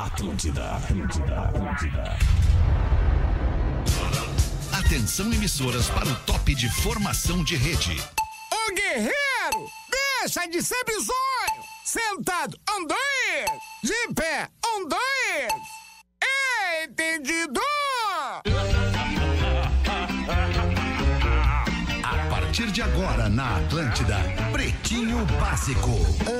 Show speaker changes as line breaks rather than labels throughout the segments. Atlântida, Atlântida, Atlântida.
Atenção emissoras para o top de formação de rede.
Ô guerreiro, deixa de ser bizonho! Sentado, um, dois! De pé, um, dois! Entendido!
A partir de agora na Atlântida, Pretinho Básico,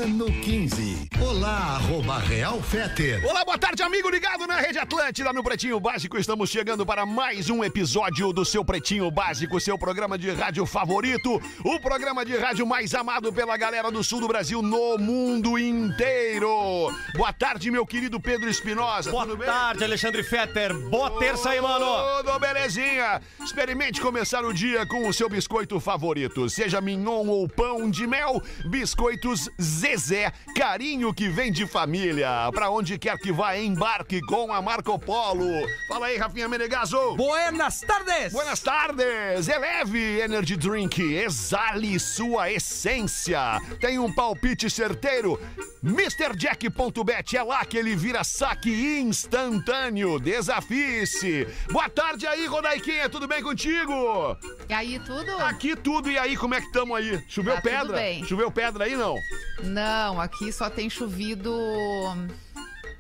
ano 15. Olá, arroba Real Feter.
Olá, boa tarde, amigo ligado na Rede Atlântida, no Pretinho Básico. Estamos chegando para mais um episódio do seu Pretinho Básico, seu programa de rádio favorito, o programa de rádio mais amado pela galera do sul do Brasil no mundo inteiro. Boa tarde, meu querido Pedro Espinosa.
Boa
Tudo bem?
tarde, Alexandre Fetter. Boa terça aí, mano.
Tudo belezinha? Experimente começar o dia com o seu biscoito favorito. Seja mignon ou pão de mel, biscoitos Zezé. Carinho que vem de família. Pra onde quer que vá, embarque com a Marco Polo. Fala aí, Rafinha Menegaso.
Buenas tardes!
Buenas tardes! Eleve Energy Drink, exale sua essência. Tem um palpite certeiro? MrJack.bet é lá que ele vira saque instantâneo. Desafie-se. Boa tarde aí, Rodaiquinha, tudo bem contigo?
E aí, tudo?
Aqui tudo, e aí, como é que tamo aí? Choveu
Tá tudo
pedra?
bem.
Choveu pedra aí, não?
Não, aqui só tem chovido.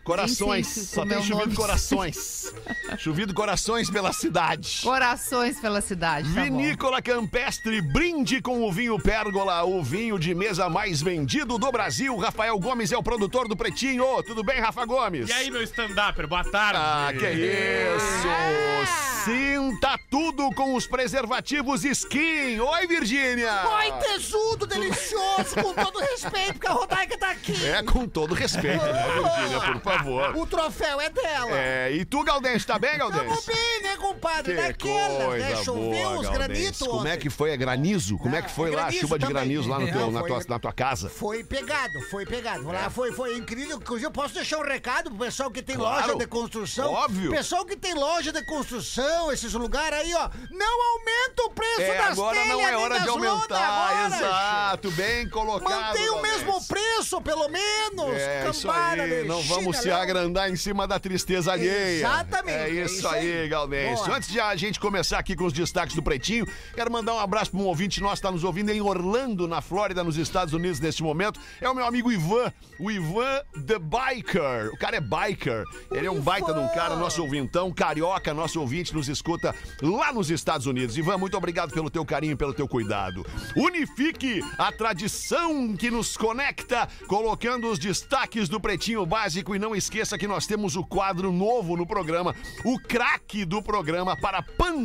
Corações,
Sim, sim,
só
com
tem
meu
chovido
nome.
corações. chovido corações pela cidade.
Corações pela cidade. Tá bom.
Vinícola Campestre, brinde com o vinho Pérgola, o vinho de mesa mais vendido do Brasil. Rafael Gomes é o produtor do Pretinho. Tudo bem, Rafa Gomes?
E aí, meu stand-upper, boa tarde.
Ah, que isso!
Ah!
Sinta tudo com os preservativos Skin. Oi, Virgínia!
Oi, tesudo, é delicioso, com todo respeito, porque a Rodaica tá aqui.
É, com todo respeito, né, Virgínia, por favor.
O troféu é dela.
É, e tu, Galdense, tá bem,
Tamo
Galdense?
bem, né, compadre?
Que
Daquela, né? Choveu os
Galdense.
granitos
Como é que foi? É granizo? Como é que foi
é
lá?
granizo
Chuva de
também.
granizo lá no teu,
Não,
na,
foi-
tua, na tua casa?
Foi pegado, foi pegado. Vou
É.
Lá foi, foi incrível. Inclusive, eu posso deixar um recado pro pessoal que tem
Claro.
loja de construção.
Óbvio.
Pessoal que tem loja de construção, esses lugares aí, ó. Não aumenta o preço
É,
das
agora
telhas
não é
nem
hora
das
de
lona
aumentar,
agora,
exato, bem colocado.
Mantém o
Valdez.
mesmo preço, pelo menos!
É, isso
Cambada
aí,
de
não vamos se
chinelão.
agrandar em cima da tristeza alheia.
Exatamente,
É isso aí, Galdense.
Boa.
Antes de a gente começar aqui com os destaques do Pretinho, quero mandar um abraço para um ouvinte nosso que está nos ouvindo em Orlando, na Flórida, nos Estados Unidos, neste momento. É o meu amigo Ivan, o Ivan The Biker. O cara é biker. Ele é um baita de um cara, nosso ouvintão, carioca, nosso ouvinte, nos escuta lá nos Estados Unidos. Ivan, muito obrigado pelo teu carinho e pelo teu cuidado. Unifique a tradição que nos conecta, colocando os destaques do Pretinho Básico. E não esqueça que nós temos o quadro novo no programa, o craque do programa para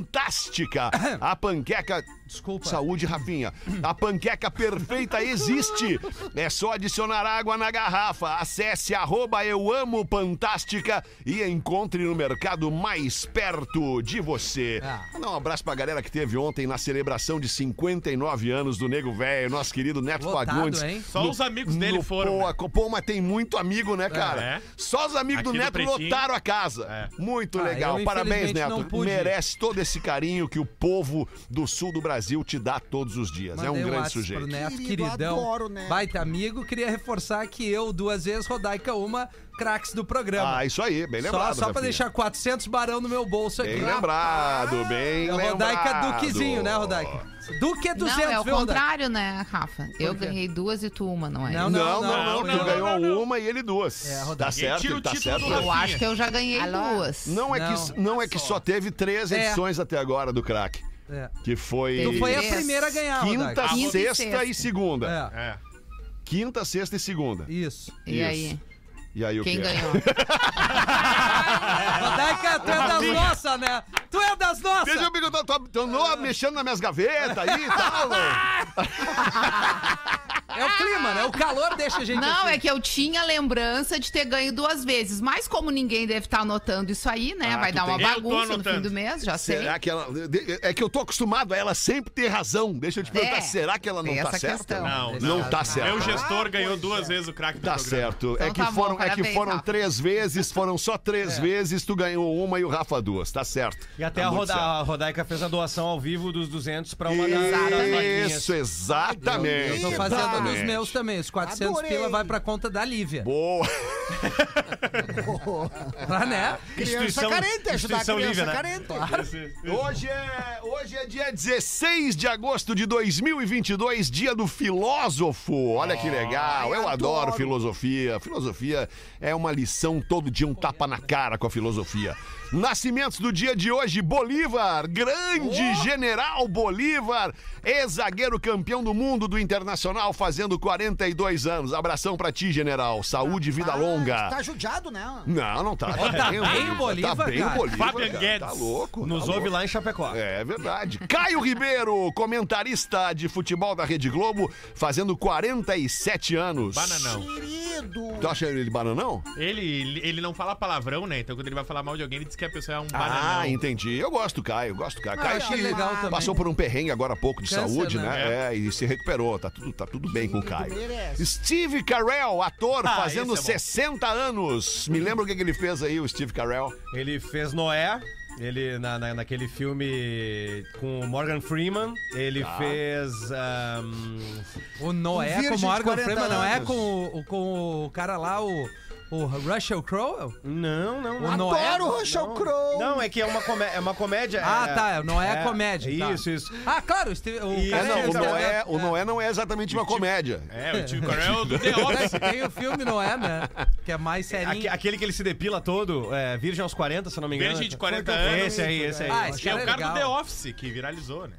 Fantástica. A panqueca. Desculpa. Saúde, Rafinha. A panqueca perfeita existe. É só adicionar água na garrafa. Acesse arroba eu amo Fantástica e encontre no mercado mais perto de você.
Ah.
Mandar um abraço pra galera que teve ontem na celebração de 59 anos do Nego Velho, nosso querido Neto
Lotado,
Fagundes.
hein?
Só os amigos dele
no
foram, né?
Poa, Pô, mas tem muito amigo, né, cara?
É.
Só os amigos do
Aqui no
Neto
Pretinho.
lotaram a casa.
É.
Muito
Ah,
legal.
eu,
Parabéns,
infelizmente,
Neto.
não pude.
Merece todo esse carinho que o povo do sul do Brasil te dá todos os dias. é um
Mandei
grande
WhatsApp
sujeito.
Pro Neto,
Querido,
né, queridão.
adoro né? o Neto.
Baita amigo, queria reforçar que eu, duas vezes, Rodaica, uma, craques do programa.
Ah, isso aí, bem
só
lembrado.
só pra
Rafinha.
deixar 400 barão no meu bolso aqui.
Bem lembrado, bem
É o
lembrado.
Rodaica Duquezinho, né, Rodaica? Duque é 200,
Não, é o
um
viu, Rodaica?
contrário, né, Rafa? Eu
quê?
ganhei duas e tu uma, não é?
Não,
Não, não, não.
não,
tu
não,
ganhou
não, não.
uma e ele duas.
É, Rodaica.
tá certo,
Retira o
ele tá
título
certo.
do
Eu acho que eu já ganhei duas.
Não é, Que,
Não.
não é que só teve três
É.
edições até agora do crack.
É.
Que foi,
Tu foi a
Três.
primeira a ganhar,
quinta,
Rodaica.
Quinta e
sexta e
sexta.
segunda.
É,
É.
Quinta, sexta e segunda.
isso.
E aí?
E aí o
Quem
quê?
ganhou?
Rodaica, tu é das nossas, né? Tu é das nossas!
Deixa eu perguntar, tu tu
Ah.
andou mexendo nas minhas gavetas aí e tal?
É o clima, né? O calor deixa a gente
Não,
assim.
é que eu tinha lembrança de ter ganho duas vezes. Mas como ninguém deve estar anotando isso aí, né?
Ah,
Vai
tu
dar uma
tem- Eu tô
bagunça no fim
anotando.
do mês, já sei.
Será que ela. de- É que eu tô acostumado a ela sempre ter razão. Deixa eu te perguntar,
É,
será que ela não
tem
tá
essa
certa?
questão.
Não,
Não
não.
tá
É
certo.
Meu gestor ganhou
pois
duas
é.
vezes o craque do
Tá
programa.
certo. é
Então
que
tá bom,
foram, é que
parabéns,
foram
Rafa. É.
três vezes, foram só três vezes, tu ganhou uma e o Rafa duas, tá certo.
E até
Tá
a,
muito
Roda-
certo.
a Rodaica fez a doação ao vivo dos 200 pra uma das das vaquinhas.
Isso, exatamente.
Eu tô fazendo
exatamente.
os meus também. Os 400
Adorei.
pila vai pra conta da Lívia.
Boa.
Pra, né?
Criança carente, ajudar a
instituição
criança
livre, né?
carente.
Hoje é, hoje é dia 16 de agosto de 2022, dia do filósofo. Olha que legal, eu adoro filosofia. Filosofia é uma lição, todo dia um tapa na cara com a filosofia. Nascimentos do dia de hoje, Bolívar, grande general Bolívar, ex-zagueiro campeão do mundo do Internacional, fazendo 42 anos. Abração pra ti, general. Saúde e vida longa.
Tá judiado, né?
Não, não tá.
tá bem o Bolívar,
tá bem o
cara.
Bolívar.
Fabian
cara.
Guedes.
Tá louco.
Nos
tá
ouve
louco.
lá em Chapecó.
É verdade. Caio Ribeiro, comentarista de futebol da Rede Globo, fazendo 47 anos.
Bananão.
Querido.
Tu acha ele bananão?
Ele, ele não fala palavrão, né? Então quando ele vai falar mal de alguém, ele diz que a pessoa é um
Ah,
bananão.
entendi. Eu gosto do Caio, gosto do Caio. Caio
achei
que
Ah, legal também.
passou por um perrengue agora há pouco de
Câncer,
saúde,
né?
né? É, e se recuperou. Tá tudo, tá tudo bem com o Caio.
é
merece.
Steve Carell, ator,
Ah,
fazendo
esse é bom.
60 anos. Me lembra o que, que ele fez aí, o Steve Carell?
Ele fez Noé. Ele, na, na- naquele filme com o Morgan Freeman, ele
Tá.
fez. ahm,
O Noé
Um virgem
com o
de
Morgan
40
Freeman, não é
anos.
com o, o- com o cara lá, o, o Russell Crowe?
É.
não, não, não.
O Noé?
Adoro o Rochel Crow.
Não, é que é uma, comé- é uma comédia.
Ah,
é-
tá, não é, comédia. tá.
Isso, isso.
Ah, claro, o, Steve- o
E-
cara
É,
É,
não, o
é
esse
Noé, o Noé não é exatamente uma comédia.
É, o tio Corel do The
É
Office.
que Tem o filme Noé, né? Que é mais
Aque-
serinho.
aquele que ele se depila todo, é, Virgem aos 40, se eu não me engano.
Virgem de 40
Foi-
anos.
Esse aí, esse aí.
Ah, esse
Que é o
é
cara do The
legal.
Office, que viralizou, né?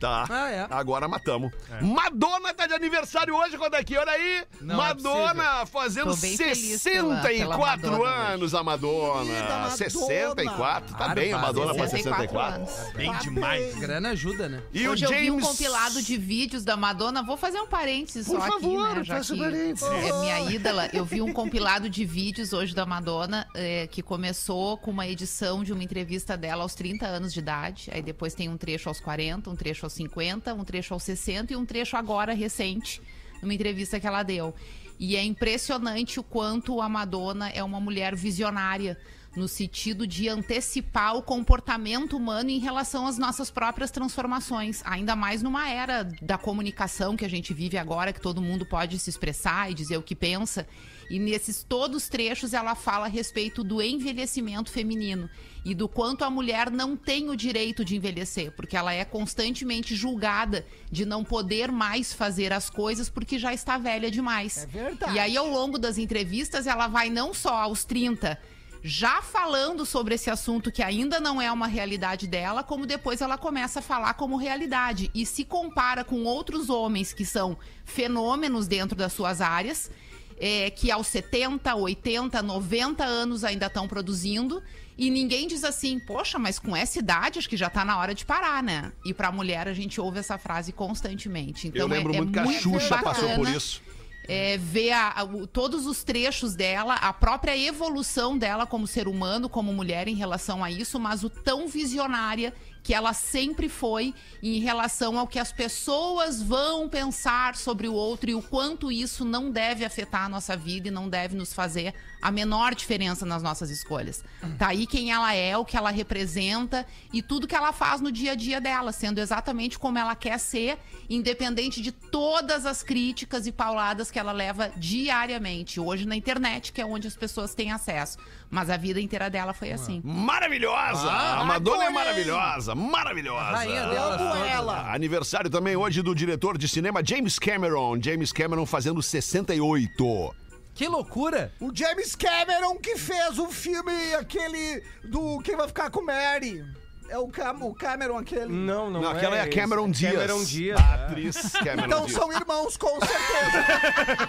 Tá.
Ah, é.
Agora matamos. Madonna tá de aniversário hoje, quando aqui, olha aí.
Não, é
Madonna fazendo
Tô bem feliz
64
pela- pela Madonna
anos, a Madonna.
Querida Madonna.
64, tá bem a
Bárbara,
Madonna pra
64
64.
anos.
Bem demais.
Grana ajuda, né?
E
Hoje
o
eu vi um
James-
compilado de vídeos da Madonna. Vou fazer um parênteses
Por
só aqui,
favor,
né? Já
faça
que
parênteses.
é minha ídola. Eu vi um compilado de vídeos hoje da Madonna, eh, que começou com uma edição de uma entrevista dela aos 30 anos de idade. Aí depois tem um trecho aos 40, um trecho aos 50, um trecho aos 60 e um trecho agora recente, numa entrevista que ela deu. E é impressionante o quanto a Madonna é uma mulher visionária no sentido de antecipar o comportamento humano em relação às nossas próprias transformações, ainda mais numa era da comunicação que a gente vive agora, que todo mundo pode se expressar e dizer o que pensa. E nesses todos trechos ela fala a respeito do envelhecimento feminino e do quanto a mulher não tem o direito de envelhecer, porque ela é constantemente julgada de não poder mais fazer as coisas porque já está velha demais.
É verdade.
E aí ao longo das entrevistas ela vai não só aos 30, já falando sobre esse assunto que ainda não é uma realidade dela, como depois ela começa a falar como realidade e se compara com outros homens que são fenômenos dentro das suas áreas, é, que aos 70, 80, 90 anos ainda estão produzindo. E ninguém diz assim, poxa, mas com essa idade acho que já tá na hora de parar, né? E pra mulher a gente ouve essa frase constantemente. Então
Eu lembro
é, é
muito que a Xuxa passou por
bacana
isso.
é, ver a- a- o- todos os trechos dela, a própria evolução dela como ser humano, como mulher em relação a isso, mas o tão visionária que ela sempre foi em relação ao que as pessoas vão pensar sobre o outro e o quanto isso não deve afetar a nossa vida e não deve nos fazer a menor diferença nas nossas escolhas. Tá aí quem ela é, o que ela representa e tudo que ela faz no dia a dia dela, sendo exatamente como ela quer ser, independente de todas as críticas e pauladas que ela leva diariamente. Hoje na internet, que é onde as pessoas têm acesso. Mas a vida inteira dela foi assim.
Maravilhosa!
Ah,
a Madonna é
adorei.
maravilhosa, maravilhosa.
Rainha delas
Amo
todas.
ela.
Aniversário também hoje do diretor de cinema James Cameron. James Cameron fazendo 68.
Que loucura!
O James Cameron que fez o filme aquele do Quem Vai Ficar com Mary. É o, Cam o Cameron aquele.
Não, não,
Não, aquela é a
esse.
Cameron Diaz.
Cameron Diaz.
A atriz Cameron
Então
Diaz.
são irmãos, com certeza.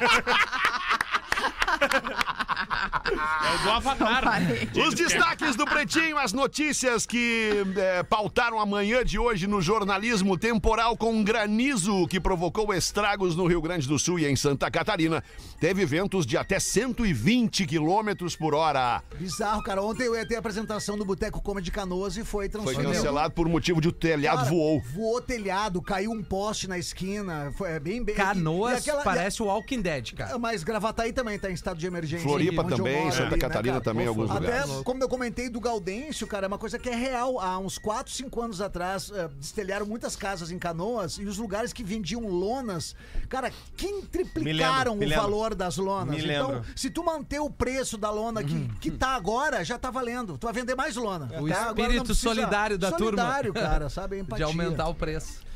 É o do Avatar. né?
Os destaques do Pretinho, as notícias que é, pautaram a manhã de hoje no jornalismo temporal com um granizo que provocou estragos no Rio Grande do Sul e em Santa Catarina. Teve ventos de até 120 quilômetros por hora.
Bizarro, cara. Ontem eu ia ter a apresentação do Boteco Coma de Canoas e
Foi
foi transferido.
cancelado por motivo de o telhado
Cara,
voou.
Voou telhado, caiu um poste na esquina. Foi é bem, bem. e- e
Canoas
aquela- e a- É
parece o Walking Dead, cara.
Mas Gravataí também tá em estado de emergência.
Floripa
onde eu
também, em Santa
ali, né,
Catarina
cara?
também, em alguns
Até,
lugares.
como eu comentei do Gaudêncio, cara, é uma coisa que é real. Há uns 4, 5 anos atrás, eh, destelharam muitas casas em canoas e os lugares que vendiam lonas, cara, quintriplicaram
Me lembro, me
o
lembro.
valor das lonas.
Me
então,
lembro.
se tu manter o preço da lona que, que tá agora, já tá valendo. Tu vai vender mais lona.
Uhum. É. O
Até agora não
espírito
precisa-
solidário da turma.
Solidário, cara, sabe? A
De
Empatia.
aumentar o preço.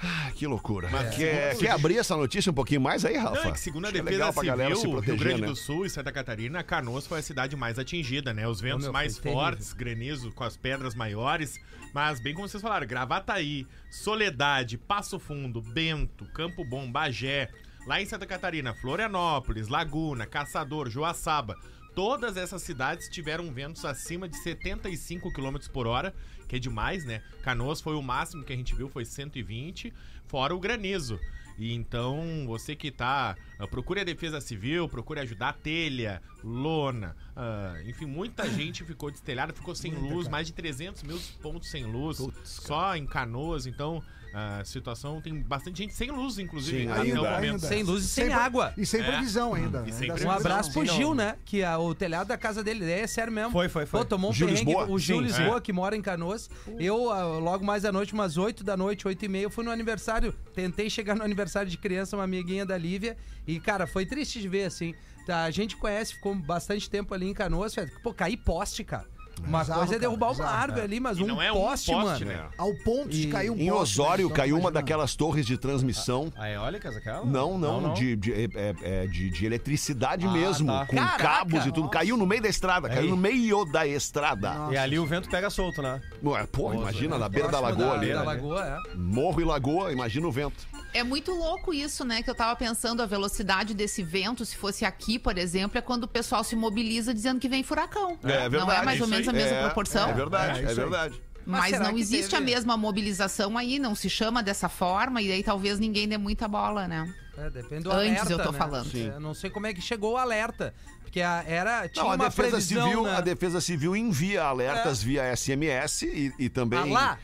Ah, que loucura. Quer, quer abrir essa notícia um pouquinho mais aí, Rafa?
Não, é que segundo a
Acho que é
Defesa
galera
Civil, Rio Grande
né?
do Sul e Santa Catarina, Canoas foi a cidade mais atingida, né? Os ventos
meu,
mais
foi terrível.
fortes, granizo com as pedras maiores, mas bem como vocês falaram, Gravataí, Soledade, Passo Fundo, Bento, Campo Bom, Bagé, lá em Santa Catarina, Florianópolis, Laguna, Caçador, Joaçaba, todas essas cidades tiveram ventos acima de 75 km por hora, que é demais, né? Canoas foi o máximo que a gente viu, foi 120, fora o granizo. E então, você que tá, ah, procure a defesa civil, procure ajudar telha, lona, ah, enfim, muita gente ficou destelhada, ficou sem luz, mais de 300 mil pontos sem luz, só em canoas, então a situação tem bastante gente sem luz, inclusive,
Sim,
até
ainda,
o momento.
ainda.
Sem luz e sem água.
E sem
É.
previsão ainda. né?
E sem
Ainda
previsão.
Um abraço pro
previsão.
Gil, né? Que a- o telhado da casa dele é sério mesmo.
Foi, foi, foi.
Pô, tomou um
Gil
perrengue.
Lisboa?
O Gil
Sim,
Lisboa, que mora em Canoas. Eu, ah, logo mais à noite, umas 8 da noite, 8 e meia, eu fui no aniversário. Tentei chegar no aniversário de criança, uma amiguinha da Lívia. E, cara, foi triste de ver, assim. Tá, A gente conhece, ficou bastante tempo ali em Canoas. Pô, cair poste, cara. Uma
Bizarro,
coisa é
cara,
derrubar uma
bizarro,
árvore ali, mas
E
um,
não é um
poste,
poste,
mano.
né?
Ao ponto de
E-
cair um
Em
poste, né?
Osório
Então,
caiu uma
imagina.
daquelas torres de transmissão.
A eólicas, é aquela?
Não, não, De, de- é- é- é de- de eletricidade mesmo,
tá.
com
Caraca!
cabos e tudo. Caiu no meio da estrada, caiu
Aí.
no meio da estrada.
E ali o vento pega solto, né?
Ué, porra, imagina, na beira da
é. Próximo
lagoa ali.
Da
né?
lagoa, é.
Morro e lagoa, imagina o vento.
É muito louco isso, né? Que eu tava pensando a velocidade desse vento, se fosse aqui, por exemplo, é quando o pessoal se mobiliza dizendo que vem furacão. Não é mais ou
isso
menos a
aí.
mesma
É,
proporção?
É verdade, é,
É, isso aí.
verdade.
Mas
Mas,
será
não
que
existe
teve?
a mesma mobilização aí, não se chama dessa forma, e aí talvez ninguém dê muita bola, né?
É, depende do
Antes
alerta.
eu tô
né?
falando.
É, não sei como é que chegou o alerta. Porque a- era. Tinha
Não, a
uma
defesa,
previsão,
civil,
né?
a defesa Civil envia
É.
alertas via SMS e, e também.
Ah lá?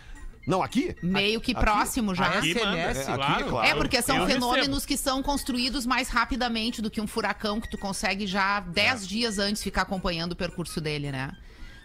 Não, aqui?
Meio que
aqui-
próximo já.
Aqui,
É,
SMS?
aqui, claro.
É, porque são
Eu
fenômenos
recebo.
que são construídos mais rapidamente do que um furacão que tu consegue já 10 dias antes ficar acompanhando o percurso dele, né?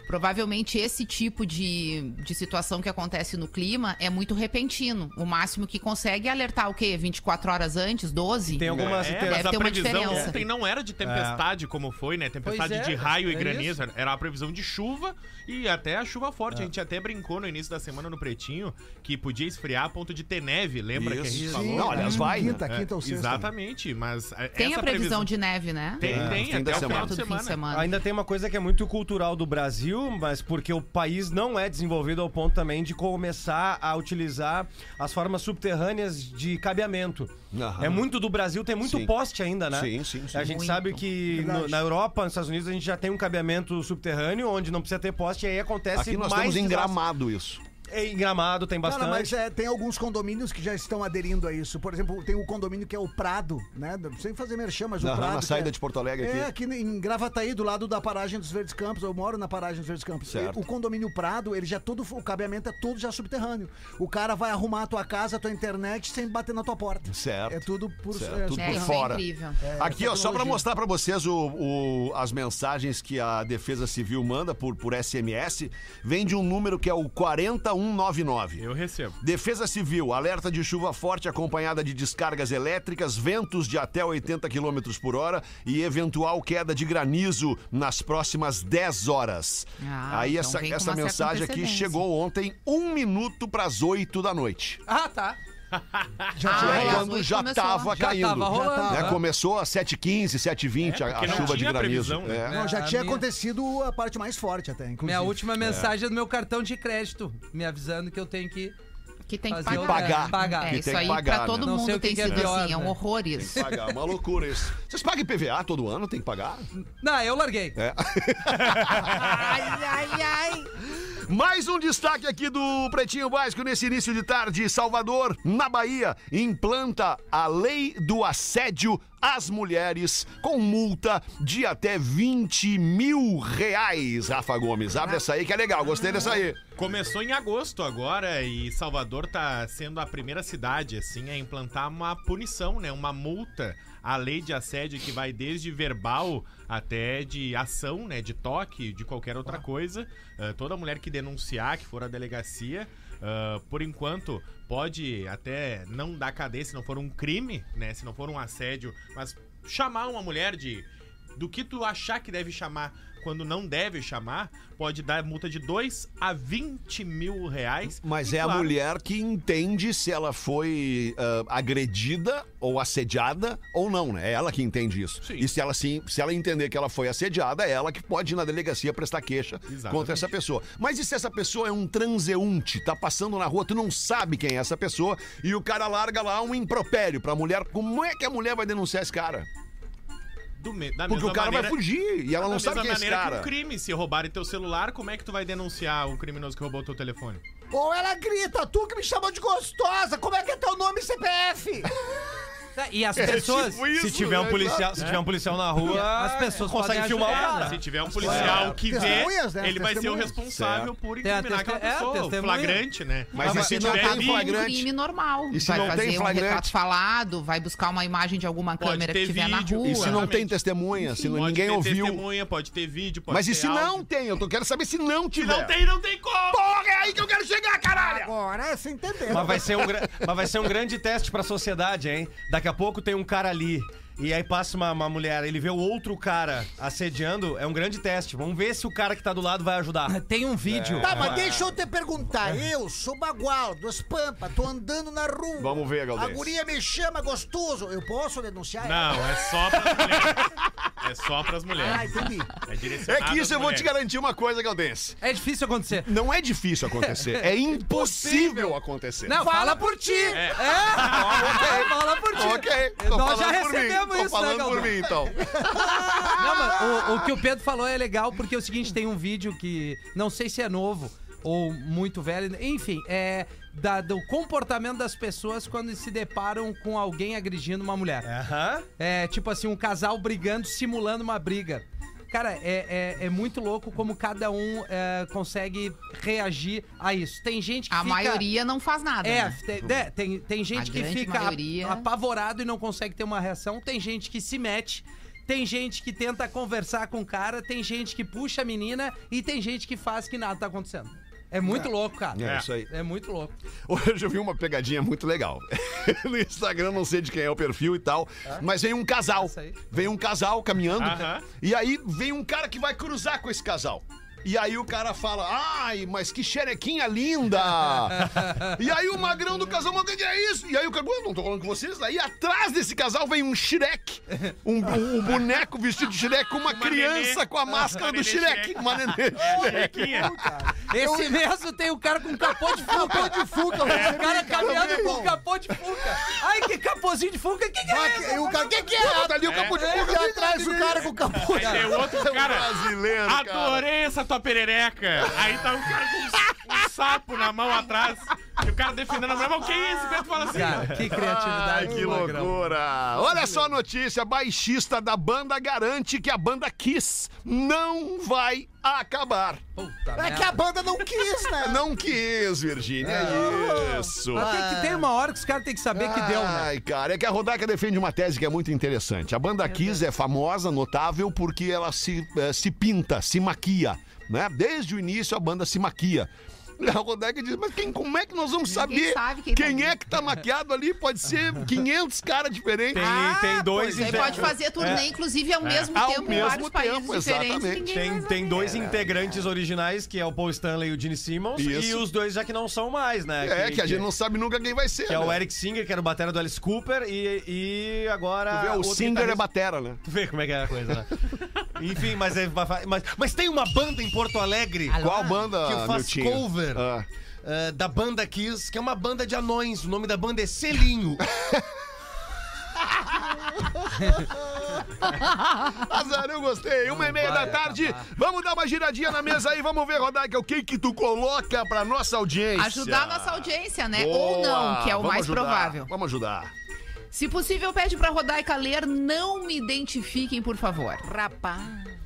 Provavelmente esse tipo de, de situação que acontece no clima é muito repentino. O máximo que consegue é alertar o quê? 24 horas antes? 12?
Né?
Tem algumas
É,
intera-
mas
Deve ter
a
uma
previsão
diferença.
ontem não era de tempestade, como foi, né? Tempestade
Pois é,
de raio e
é
granizo. Era a previsão de chuva e até a chuva forte. A gente até brincou no início da semana no Pretinho que podia esfriar a ponto de ter neve. Lembra que a gente
Isso.
falou?
Não, aliás, vai. né?
Quinta, quinta
É,
ou então, sexta.
É, Exatamente, mas a-
Tem
essa
a previsão de neve, né?
Tem,
É,
tem,
fim da
até o
semana.
final
Perto
de
do fim
semana.
de semana.
Ainda tem uma coisa que é muito cultural do Brasil, mas porque o país não é desenvolvido ao ponto também de começar a utilizar as formas subterrâneas de cabeamento.
Aham.
É muito do Brasil, tem muito
Sim.
poste ainda, né?
Sim, sim, sim.
A gente
Muito.
sabe que no- na Europa, nos Estados Unidos, a gente já tem um cabeamento subterrâneo onde não precisa ter poste e aí acontece
Aqui nós
mais
estamos em
desastre.
Gramado isso.
É, Em Gramado tem bastante.
Cara, mas é, tem alguns condomínios que já estão aderindo a isso. Por exemplo, tem o condomínio que é o Prado, né? Sem fazer merchan, mas o
Aham,
Prado.
na
que
saída
é-
de Porto Alegre
É,
aqui.
aqui em Gravataí, do lado da paragem dos Verdes Campos. Eu moro na paragem dos Verdes Campos.
Certo.
O condomínio Prado, ele já todo. O cabeamento é todo já subterrâneo. O cara vai arrumar a tua casa, a tua internet, sem bater na tua porta.
Certo.
É tudo por
Certo,
é,
tudo por
É, isso
fora.
é incrível.
Aqui, ó, só para
tecnologia.
mostrar para vocês o, o- as mensagens que a Defesa Civil manda por, por SMS, vem de um número que é o 4199.
Eu recebo.
Defesa Civil, alerta de chuva forte acompanhada de descargas elétricas, ventos de até 80 km por hora e eventual queda de granizo nas próximas 10 horas.
Ah,
Aí
então
essa,
vem com
essa
uma certa
mensagem aqui
antecedência.
chegou ontem, um minuto para as 8 da noite.
Ah, tá.
Ah,
Aí
às
quando
oito
já
começou.
estava
Já
caindo.
tava rolando,
né?
né?
Começou às 7h15, 7h20 a, a
Ah, É, porque não
chuva de
tinha
granizo.
previsão, né?
É.
Não, já
a
tinha
minha-
acontecido a parte mais forte até, inclusive.
Minha última mensagem é do meu cartão de crédito, me avisando que eu tenho que.
Que tem que
Fazer o-
pagar.
Pagar.
Pagar.
É,
Que
isso
tem que
aí
pagar,
pra todo
né?
Não sei
mundo
o que
tem
que é
sido
pior,
assim, é um
né?
horror isso.
Pagar, uma loucura isso. Vocês pagam IPVA todo ano? Tem que pagar? né?
Não, eu larguei.
Mais um destaque aqui do Pretinho Básico nesse início de tarde. Salvador, na Bahia, implanta a lei do assédio às mulheres com multa de até 20 mil reais. Rafa Gomes, abre essa aí que é legal, gostei dessa aí.
Começou em agosto agora e Salvador tá sendo a primeira cidade assim a implantar uma punição, né, uma multa a lei de assédio que vai desde verbal até de ação, né? De toque, de qualquer outra coisa. Ah, toda mulher que denunciar, que for à delegacia, ah, por enquanto, pode até não dar cadeia se não for um crime, né? Se não for um assédio, mas chamar uma mulher de do que tu achar que deve chamar quando não deve chamar, pode dar multa de 2 a 20 mil reais.
Mas
E,
é a
claro,
mulher que entende se ela foi ah, agredida ou assediada ou não, né? É ela que entende isso.
Sim.
E se ela sim, se ela entender que ela foi assediada, é ela que pode ir na delegacia prestar queixa
Exatamente.
contra essa pessoa. Mas e se essa pessoa é um transeunte, tá passando na rua, tu não sabe quem é essa pessoa e o cara larga lá um impropério pra mulher, como é que a mulher vai denunciar esse cara?
do me- da
Porque
mesma
o cara
maneira-
vai fugir e ela
da
não sabe
mesma
quem é esse
maneira
cara.
Que um crime, se roubarem teu celular, como é que tu vai denunciar o criminoso que roubou teu telefone?
Ou ela grita, tu que me chamou de gostosa, como é que é teu nome e CPF?
Tá, E as
é
pessoas.
É. tipo isso,
se tiver um
né?
é-
policial, se tiver um policial na rua,
As pessoas
consegue
podem
filmar o
ajudar,
cara.
né?
Se tiver um policial que vê,
Testemunhas, né?
ele vai ser o
Testemunhas.
responsável por incriminar
testemunha-
aquela
é,
pessoa.
testemunha.
flagrante, né?
Mas e
Mas
se
se
não
tiver
tem
vídeo,
um
flagrante?
crime normal.
E se
vai
não tem
fazer
flagrante?
um retrato falado, vai buscar uma imagem de alguma
Pode
câmera
ter
que tiver na
vídeo.
rua.
E se não tem
Exatamente.
testemunha, se
Pode
ninguém
ter
ouviu.
testemunha, pode ter vídeo, pode
Mas
ter
e se
áudio.
não tem? Eu tô- quero saber se não
Se
tiver.
não tem, não tem como!
Porra, é aí que eu quero chegar, caralho!
Agora você entendeu.
Mas vai, ser um, gra- mas vai ser um grande teste pra sociedade, hein? Daqui a pouco tem um cara ali. E aí passa uma, uma mulher, ele vê o outro cara assediando, é um grande teste. Vamos ver se o cara que tá do lado vai ajudar.
Tem um vídeo.
É.
Tá, mas deixa eu te perguntar. Eu sou bagual, dos Pampa, tô andando na rua.
Vamos ver,
A
Galdês.
guria me chama gostoso. Eu posso denunciar? ela?
Não, é só pras mulheres. É só pras
Ah,
mulheres.
entendi.
É
É
direcionado
que isso
às
eu vou te
mulheres.
garantir uma coisa, Galdense.
É difícil acontecer.
Não é difícil acontecer, é impossível acontecer.
Não, fala por ti! É, fala por ti!
Ok, tô
Nós já
falando por mim,
recebemos
tô
isso, né,
falando por
Galdão?
mim, então.
Não, mas o, o que o Pedro falou é legal, porque é o seguinte, tem um vídeo que não sei se é novo ou muito velho, enfim, é da- do comportamento das pessoas quando se deparam com alguém agredindo uma mulher.
Aham.
É tipo assim, um casal brigando, simulando uma briga. Cara, é, é, é muito louco como cada um é, consegue reagir a isso. Tem gente que
A
fica-
maioria não faz nada.
É,
né?
tem, né, tem, tem gente
A
que
grande
fica
maioria.
apavorado e não consegue ter uma reação, tem gente que se mete, tem gente que tenta conversar com o cara, tem gente que puxa a menina e tem gente que faz que nada tá acontecendo. É muito louco, cara.
É isso aí.
É muito louco.
Hoje eu vi uma pegadinha muito legal. no Instagram, não sei de quem é o perfil e tal, mas vem um casal.
Essa aí?
Vem um casal caminhando.
Aham.
E aí vem um cara que vai cruzar com esse casal. E aí o cara fala, ai, mas que xerequinha linda! e aí o magrão do casal, mas o que que é isso? E aí o cara, "Ué, não tô falando com vocês. Aí atrás desse casal vem um Shrek. Um, um- um boneco vestido de Shrek com uma,
Uma
criança
nenê.
com a máscara
Uma
do
nenê
Shrek.
Shrek. É.
Uma nenê Shrek.
Chiquinha.
Tá,
Esse mesmo tem o cara com um capô de fuca.
Capô de fuca, eu
O cara
recebi,
caminhando
também,
com
irmão.
capô de fuca. Ai, que capôzinho de fuca. Que que é
E
isso?
o cara, que que é?
Ah, tá ali o capô de
É,
fuga
E
ali
atrás o cara com capô de
Tem outro cara.
Brasileiro, cara.
Adorei essa tua perereca. Aí tá um cara com um, um sapo na mão atrás. E o cara defendendo a mulher. Mas quem é esse? Pedro fala assim.
Cara, que criatividade.
Ai, que
do Magrão.
loucura! Olha só a notícia: baixista da banda garante que a banda Kiss não vai acabar.
Puta
É
merda.
que a banda não quis, né?
Não quis, Virgínia, é isso.
Mas tem que ter uma hora que os caras têm que saber Ah, que deu, né?
Ai, cara, é que a Rodaica defende uma tese que é muito interessante. A banda Kiss é famosa, notável, porque ela se, eh, se pinta, se maquia, né? Desde o início a banda se maquia. A Rodaica diz, mas quem, como é que nós vamos saber
sabe quem tá ali."
é que tá maquiado ali? Pode ser 500 caras diferentes.
Tem, tem dois
é,
Você
integrantes.
pode fazer turnê, inclusive, ao mesmo
Ao
tempo, em
mesmo
vários países
tempo,
diferentes.
exatamente.
ninguém
Tem,
vai
tem
saber.
dois integrantes originais, que é o Paul Stanley e o Gene Simmons, e
Isso.
os dois já que não são mais, né?
É, que a gente não sabe nunca quem vai ser.
Que é
né?
o Eric Singer, que era o batera do Alice Cooper, e, e agora.
Tu vê, o
outro
Singer é
guitarrista-
batera, né?
Tu vê como é que é a coisa, né? Enfim, mas, é, mas, mas tem uma banda em Porto Alegre
Qual banda,
Ah, que
meu
faz
tio?
cover
Ah.
eh, da banda Kiss, que é uma banda de anões. O nome da banda é Selinho.
Azar, eu gostei. Uma e meia da tarde. Vamos dar uma giradinha na mesa aí. Vamos ver, Rodaica, o que que tu coloca pra nossa audiência.
Ajudar a nossa audiência, né?
Boa.
Ou não, que é o
Vamos
mais
ajudar.
provável.
Vamos ajudar.
Se possível, pede pra Rodaica ler Não Me Identifiquem, por favor. Rapaz.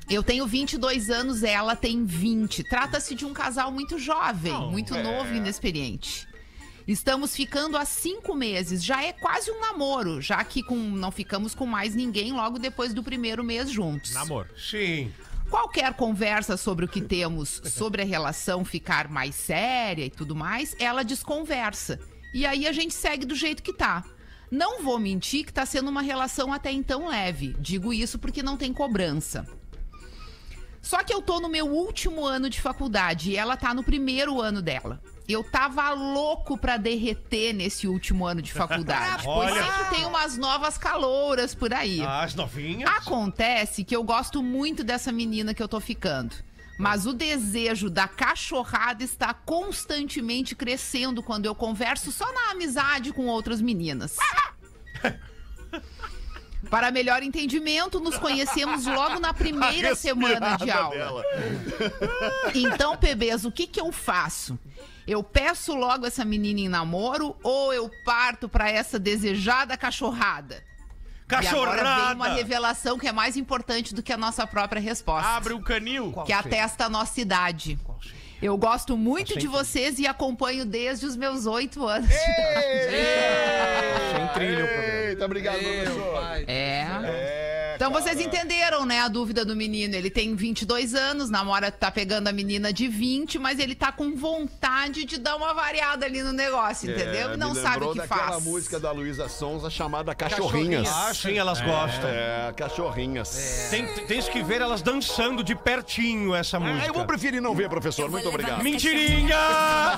Eu tenho 22 anos, ela tem 20. Trata-se de um casal muito jovem, muito novo e inexperiente. Estamos ficando há cinco meses. Já é quase um namoro, já que com, não ficamos com mais ninguém logo depois do primeiro mês juntos.
Namoro.
Sim.
Qualquer conversa sobre o que temos, sobre a relação ficar mais séria e tudo mais, ela desconversa. E aí a gente segue do jeito que tá. Não vou mentir que tá sendo uma relação até então leve. Digo isso porque não tem cobrança. Só que eu tô no meu último ano de faculdade e ela tá no primeiro ano dela. Eu tava louco pra derreter nesse último ano de faculdade. pois
Olha.
sempre tem umas novas calouras por aí.
As novinhas.
Acontece que eu gosto muito dessa menina que eu tô ficando. Mas o desejo da cachorrada está constantemente crescendo quando eu converso só na amizade com outras meninas. Para melhor entendimento, nos conhecemos logo na primeira semana de aula. Então, bebês, o que que eu faço? Eu peço logo essa menina em namoro ou eu parto pra essa desejada cachorrada? E agora vem uma
Cachorrada.
revelação que é mais importante do que a nossa própria resposta.
Abre o canil.
que atesta a nossa idade. Eu gosto muito de vocês e acompanho desde os meus oito anos. de idade.
Sem um trilho o programa.
Eita, obrigado, professor.
É.
É,
Então vocês entenderam, né, a dúvida do menino. Ele tem 22 anos, namora, tá pegando a menina de 20, mas ele tá com vontade de dar uma variada ali no negócio, entendeu? E
É, me
não sabe o
lembrou
que
daquela
faz.
música da Luísa Sonza chamada Cachorrinhas.
Ah, sim, elas gostam.
É, Cachorrinhas.
É.
Tem, tens que ver elas dançando de pertinho essa
Ah,
música.
eu vou preferir não ver, professor. Muito obrigado.
Mentirinha!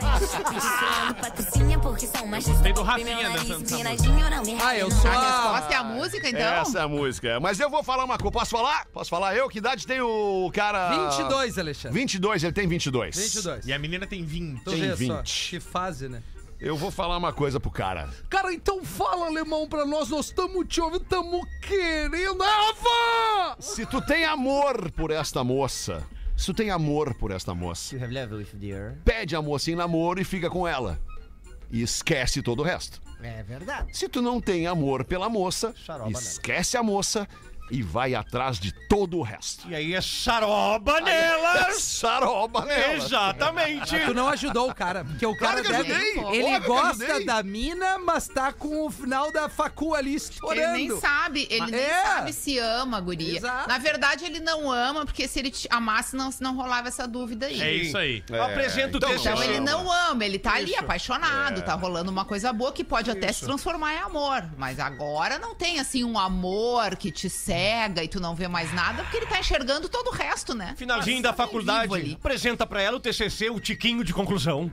Tem do Rafinha dançando essa música.
Ah, eu sou
A
a...
resposta é a música, então?
Essa é a música. Mas eu vou falar uma coisa. Posso falar? Posso falar eu? Que idade tem o
é
cara?
22, Alexandre.
22, ele tem 22.
22.
E a menina tem 20.
Tu
tem
vê Então só,
20.
que fase, né?
Eu vou falar uma coisa pro cara.
Cara, então fala alemão pra nós, nós estamos te ouvindo, estamos querendo. Ava!
Se tu tem amor por esta moça, se tu tem amor por esta moça, pede a moça em namoro e fica com ela. E esquece todo o resto.
É verdade.
Se tu não tem amor pela moça,
Xaroba nela.
esquece a moça e vai atrás de todo o resto.
E aí é charoba nelas!
Saroba nela.
Exatamente!
Tu não ajudou o cara, porque o cara
Claro que
deve.
ajudei!
Ele
Ele
Óbvio que
gosta
ajudei!
da mina, mas tá com o final da facu ali estourando.
Ele nem sabe, ele nem
É.
sabe se ama, guria.
Exato.
Na verdade, ele não ama, porque se ele te amasse, não, não rolava essa dúvida aí.
É isso aí.
Eu Apresento o
então
texto.
Então ele não ama, ele tá ali
Isso.
É.
apaixonado, tá rolando uma coisa boa que pode até se transformar em amor. Mas agora não tem assim um amor que te cega e tu não vê mais nada, porque ele tá enxergando todo o resto, né?
Finalzinho
Tá
da faculdade,
vivo ali.
apresenta pra ela o TCC, o tiquinho de conclusão.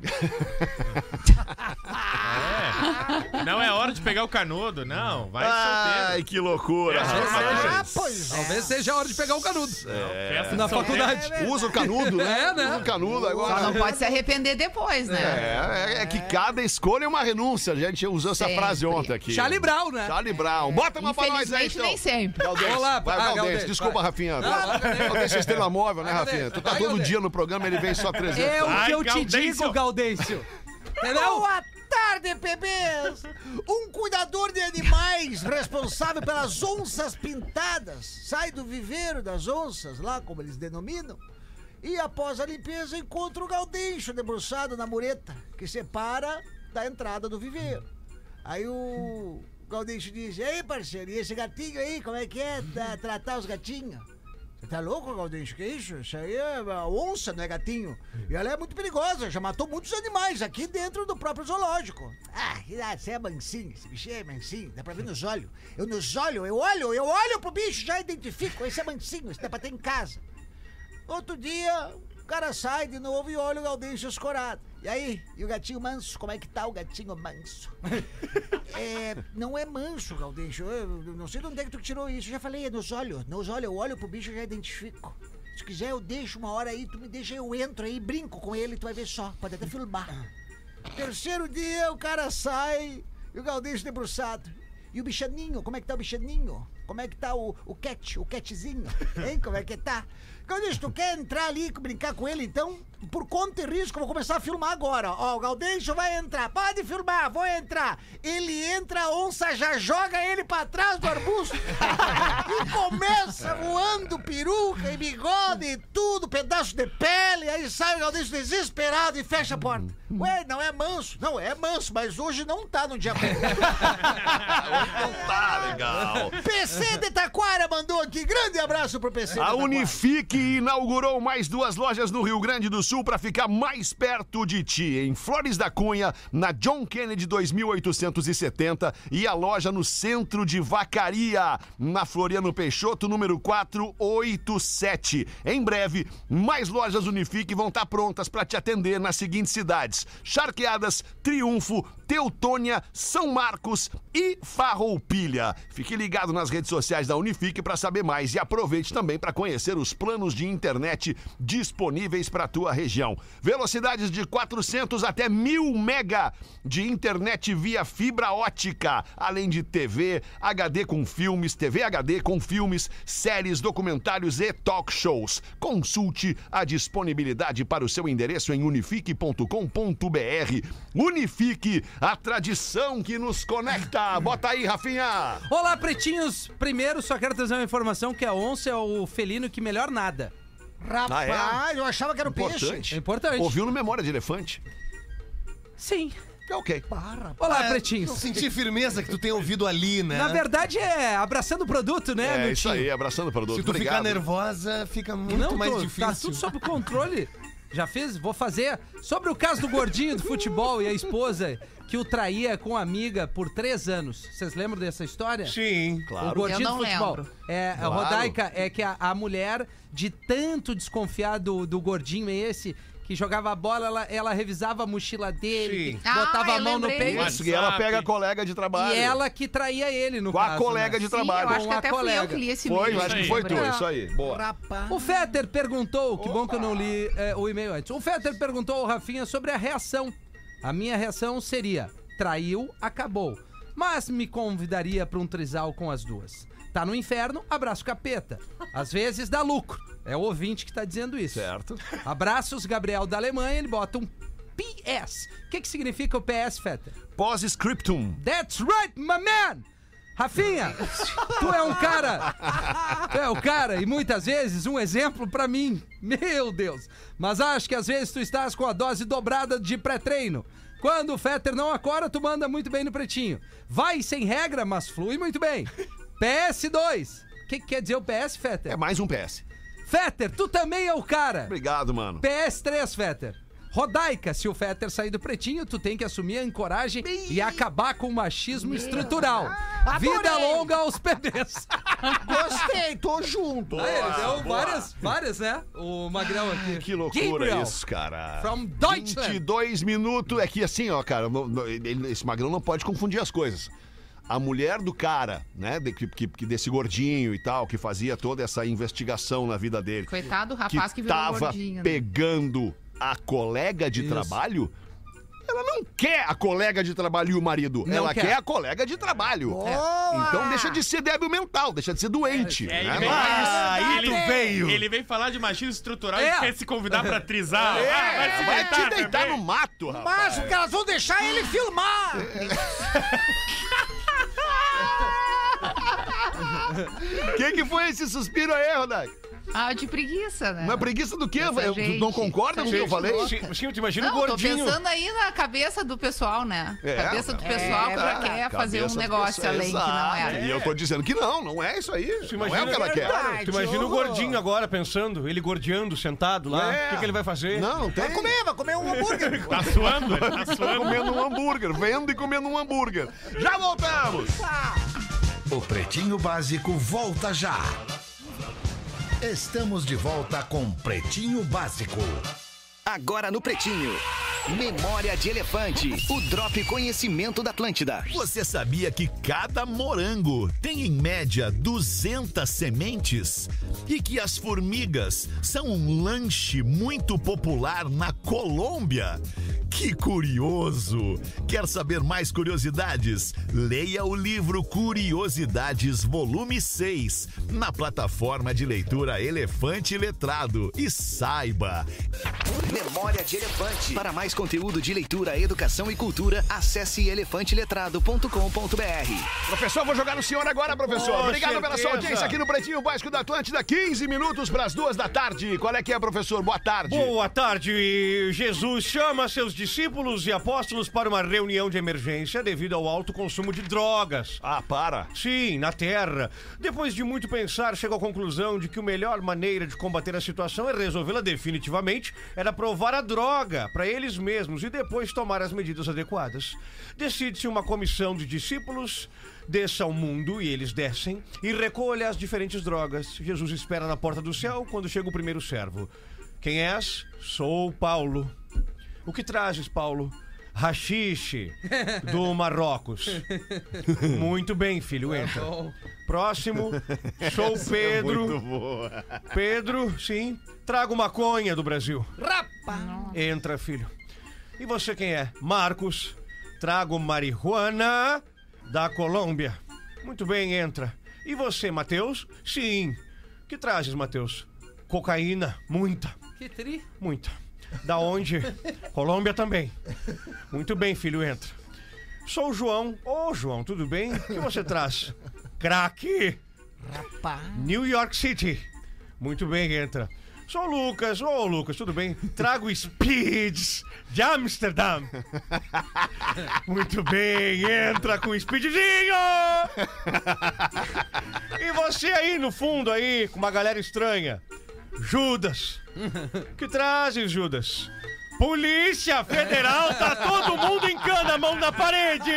Não é hora de pegar o canudo, não. Vai
Ai,
solteiro.
que loucura.
É,
Ah,
pois é.
Talvez seja a hora de pegar o canudo.
Festa
Na
de solteiro.
faculdade.
Usa o canudo, né?
É, né?
Usa o canudo
Só não
agora.
pode se arrepender depois, né?
É, é que cada escolha é uma renúncia. A gente usou essa
Sempre.
frase ontem aqui.
Charlie Brown, né?
Charlie Brown. Bota uma pra nós aí,
Infelizmente,
então.
nem sempre.
Galdês.
Olá,
vai,
ah,
Galdês.
Galdês,
Desculpa,
vai.
Rafinha.
Não, vai, Galdês.
Galdês é estrela móvel, né,
Vai, Galdês.
Rafinha? Tu tá
Vai,
todo
Galdês.
dia no programa, ele vem só 300.
É o
Ai,
que eu te
Gaudêncio.
digo, Gaudêncio. Entendeu?
Boa tarde, bebês! Um cuidador de animais responsável pelas onças pintadas sai do viveiro das onças, lá como eles denominam, e após a limpeza encontra o galdeixo debruçado na mureta que separa da entrada do viveiro. Aí o galdeixo diz: Ei, parceiro, e esse gatinho aí, como é que é tra- tratar os gatinhos? Você tá louco, Galdêncio? Que isso? Isso aí é uma onça, não é gatinho? E ela é muito perigosa, já matou muitos animais aqui dentro do próprio zoológico. Ah, que dá, você é mansinho, esse bichinho é mansinho, dá pra ver nos olhos. Eu nos olho, eu olho, eu olho pro bicho, já identifico, esse é mansinho, esse dá pra ter em casa. Outro dia, o cara sai de novo e olha o Galdêncio escorado. E aí, e o gatinho manso? Como é que tá o gatinho manso? É, não é manso, Galdêncio. Eu não sei de onde é que tu tirou isso. Eu já falei, é nos olhos. Nos olhos, eu olho pro bicho e já identifico. Se quiser, eu deixo uma hora aí, tu me deixa, eu entro aí, brinco com ele, tu vai ver só. Pode até filmar. Terceiro dia, o cara sai e o Galdêncio debruçado. E o bichaninho, como é que tá o bichaninho? Como é que tá o, o cat, o catzinho? Hein, como é que tá? Galdêncio, tu quer entrar ali, brincar com ele, então? Por conta e risco, eu vou começar a filmar agora. Ó, o Galdêncio vai entrar. Pode filmar, Ah, vou entrar. Ele entra, a onça já joga ele pra trás do arbusto. e começa voando peruca e bigode e tudo tudo, pedaço de pele, aí sai o Galdêncio desesperado e fecha a porta. Ué, não é manso. Não, é manso, mas hoje não tá no dia bom.
Não tá legal.
PC de Taquara mandou aqui. Grande abraço pro PC de
A
Taquara.
Unifique inaugurou mais duas lojas no Rio Grande do Sul para ficar mais perto de ti, em Flores da Cunha, na John Kennedy 2870 e a loja no centro de Vacaria, na Floriano Peixoto, número 487. Em breve, mais lojas Unifique vão estar prontas para te atender nas seguintes cidades: Charqueadas, Triunfo, Teutônia, São Marcos e Farroupilha. Fique ligado nas redes sociais da Unifique para saber mais e aproveite também para conhecer os planos de internet disponíveis para a tua região. Velocidades de 400 até 1000 mega de internet via fibra ótica, além de TV, HD com filmes, TV HD com filmes, séries, documentários e talk shows. Consulte a disponibilidade para o seu endereço em unifique.com.br. Unifique, a tradição que nos conecta. Bota aí, Rafinha.
Olá, pretinhos! Primeiro, só quero trazer uma informação que a onça é o felino que melhor nada.
Rapaz,
Ah,
eu achava que era o peixe.
É importante.
Ouviu no Memória de Elefante?
Sim.
Tá ok.
Olá,
É, Não
pretinhos.
senti firmeza que tu tem ouvido ali, né?
Na verdade, é abraçando o produto, né,
É,
meu
isso
tio?
aí, abraçando o produto.
Se tu
Obrigado.
ficar nervosa, fica é muito
Não,
mais
tô-
difícil. né?
tá tudo sob controle. Já fez? Vou fazer. Sobre o caso do gordinho do futebol e a esposa que o traía com a amiga por três anos. Vocês lembram dessa história?
Sim.
O
Claro.
gordinho
Eu não
do futebol.
lembro.
É, a
Claro.
Rodaica é que a, a mulher, de tanto desconfiar do, do gordinho é esse, que jogava a bola, ela, ela revisava a mochila dele,
Sim.
botava
Ah,
a
eu
mão no
lembrei.
peito.
Isso, e ela pega a colega de trabalho.
E ela que traía ele, no
Com a
caso, né?
colega de
Sim, eu
trabalho.
acho
Com
que
a
até fui eu
colega.
que li esse
Foi,
e-mail.
eu acho que foi tu,
É.
isso aí. Boa.
Rapaz.
O Fetter perguntou, que bom que eu não li é, o e-mail antes. O Fetter perguntou ao Rafinha sobre a reação. A minha reação seria: traiu, acabou. Mas me convidaria para um trisal com as duas. Tá no inferno, abraço capeta. Às vezes dá lucro. É o ouvinte que tá dizendo isso.
Certo.
Abraços, Gabriel da Alemanha, ele bota um PS. O que, que significa o PS, Fetter?
Pós-scriptum.
That's right, my man! Rafinha, tu é um cara. Tu é o cara, e muitas vezes um exemplo pra mim. Meu Deus! Mas acho que às vezes tu estás com a dose dobrada de pré-treino. Quando o Fetter não acorda, tu manda muito bem no pretinho. Vai sem regra, mas flui muito bem. PS2. O que, que quer dizer o PS,
É
Fetter?
mais um PS.
Fetter, tu também é o cara.
Obrigado, mano.
PS3, Fetter. Rodaica, se o Fetter sair do pretinho, tu tem que assumir a encoragem e acabar com o machismo estrutural. Vida longa aos bebês.
Gostei, tô junto.
Aí, ele deu várias, várias, né? O Magrão aqui. é?
Que loucura
Gabriel,
isso, cara.
From Deutschland.
22 minutos. É que assim, ó, cara, não- não- ele- esse magrão não pode confundir as coisas. A mulher do cara, né, de- que, que- que desse gordinho e tal, que fazia toda essa investigação na vida dele.
Coitado do rapaz que, virou
tava
gordinho. né?
pegando a colega de
Isso.
trabalho, ela não quer a colega de trabalho e o marido.
Não
ela quer.
quer.
a colega de trabalho. Então deixa de ser débil mental, deixa de ser doente.
É,
né?
ele veio,
Ah,
ele,
aí tu veio.
Ele veio falar de machismo estrutural
É.
e quer se convidar pra trisar.
É,
Ah, vai se
vai
deitar
te deitar
também.
no mato, rapaz.
Mas porque elas vão deixar ele filmar.
O que, que foi esse suspiro aí, Rodak?
Ah, de preguiça, né?
Mas preguiça do quê?
Essa
é Eu-
gente,
não concorda com
essa
o que eu
gente
falei?
Chico, te imagina
Não,
o
tô
gordinho.
pensando aí na cabeça do pessoal, né?
É,
cabeça do
é,
pessoal pra quem
Cabeça
quer fazer um
do
negócio
pessoal,
além que não
exato.
é.
E eu tô dizendo que não, não é isso aí.
Tu
Não é
imagina,
o que ela quer.
Tu imagina o gordinho agora pensando, ele gordeando, sentado lá. O
É.
que, que ele vai fazer?
Não, não tem.
Vai comer, vai comer um hambúrguer.
Tá suando? Tá suando.
comendo um hambúrguer, vendo e comendo um hambúrguer. Já voltamos!
O Pretinho Básico volta já. Estamos de volta com Pretinho Básico.
Agora no Pretinho. Memória de Elefante. O Drop Conhecimento da Atlântida.
Você sabia que cada morango tem em média 200 sementes? E que as formigas são um lanche muito popular na Colômbia?
Que curioso! Quer saber mais curiosidades? Leia o livro Curiosidades, volume 6, na plataforma de leitura Elefante Letrado. E saiba,
Memória de Elefante. Para mais conteúdo de leitura, educação e cultura, acesse elefanteletrado.com.br.
Professor, vou jogar no senhor agora, Tá, professor.
Com
Obrigado pela sua
certeza.
audiência aqui no Pretinho Básico da Atlântida. 15 minutos para as duas da tarde. Qual é que é, professor? Boa tarde.
Boa tarde. Jesus chama seus discípulos e apóstolos para uma reunião de emergência devido ao alto consumo de drogas.
Ah, para.
Sim, na Terra. Depois de muito pensar, chegou à conclusão de que a melhor maneira de combater a situação e resolvê-la definitivamente era provar a droga para eles mesmos e depois tomar as medidas adequadas. Decide-se uma comissão de discípulos desça ao mundo e eles descem e recolhe as diferentes drogas. Jesus espera na porta do céu quando chega o primeiro servo. Quem és? Sou Paulo. O que trazes, Paulo? Rachixe do Marrocos. Muito bem,
Tá
filho, entra. Próximo, sou
é
Pedro. Pedro, sim, trago maconha do Brasil. Rapaz! Entra, filho. E você quem é? Marcos, trago marihuana da Colômbia. Muito bem, entra. E você, Matheus? Sim. Que trazes, Matheus? Cocaína, muita.
Que tri.
Muita. Da onde? Colômbia também. Muito bem, filho, entra. Sou o João. Ô, João, tudo bem? O que você traz? Crack! New York City. Muito bem, entra. Sou o Lucas. Ô, Lucas, tudo bem? Trago Speeds de Amsterdã. Muito bem, entra com o Speedzinho! E você aí no fundo aí, com uma galera estranha. Judas. Que trazes, Judas? Polícia Federal, tá todo mundo em cana, mão na parede!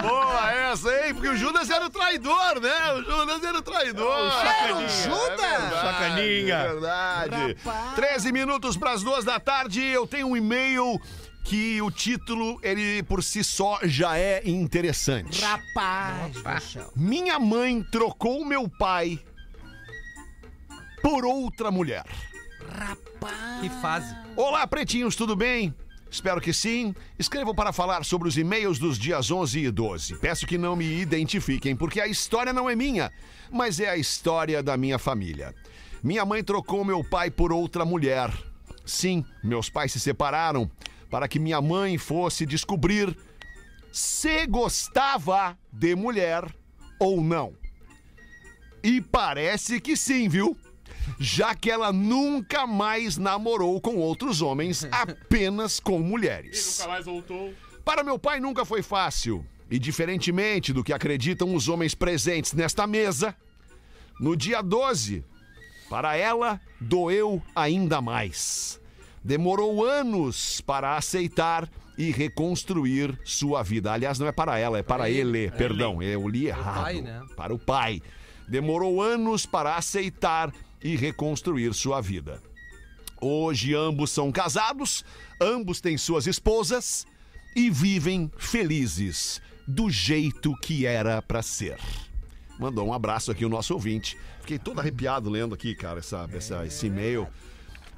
Boa essa, hein? Porque o Judas era o traidor, né? O Judas era o traidor.
O sacaninha. Era o
Judas?
É verdade,
Sacaninha.
É verdade. 13 minutos para as duas da tarde. Eu tenho um e-mail que o título, ele por si só já é interessante.
Rapaz do céu.
Minha mãe trocou meu pai por outra mulher.
Que fase.
Olá, pretinhos, tudo bem? Espero que sim. Escrevam para falar sobre os e-mails dos dias 11 e 12. Peço que não me identifiquem, porque a história não é minha, mas é a história da minha família. Minha mãe trocou meu pai por outra mulher. Sim, meus pais se separaram para que minha mãe fosse descobrir se gostava de mulher ou não. E parece que sim, viu? Já que ela nunca mais namorou com outros homens, apenas com mulheres.
mais voltou.
Para meu pai nunca foi fácil. E diferentemente do que acreditam os homens presentes nesta mesa, no dia 12, para ela doeu ainda mais. Demorou anos para aceitar e reconstruir sua vida. Aliás, não é para ela, é para ele. Perdão, eu li errado.
pai, né?
Para o pai. Demorou anos para aceitar e reconstruir sua vida. Hoje ambos são casados, ambos têm suas esposas e vivem felizes do jeito que era pra ser. Mandou um abraço aqui o nosso ouvinte. Fiquei todo arrepiado lendo aqui, cara, essa, essa- esse e-mail,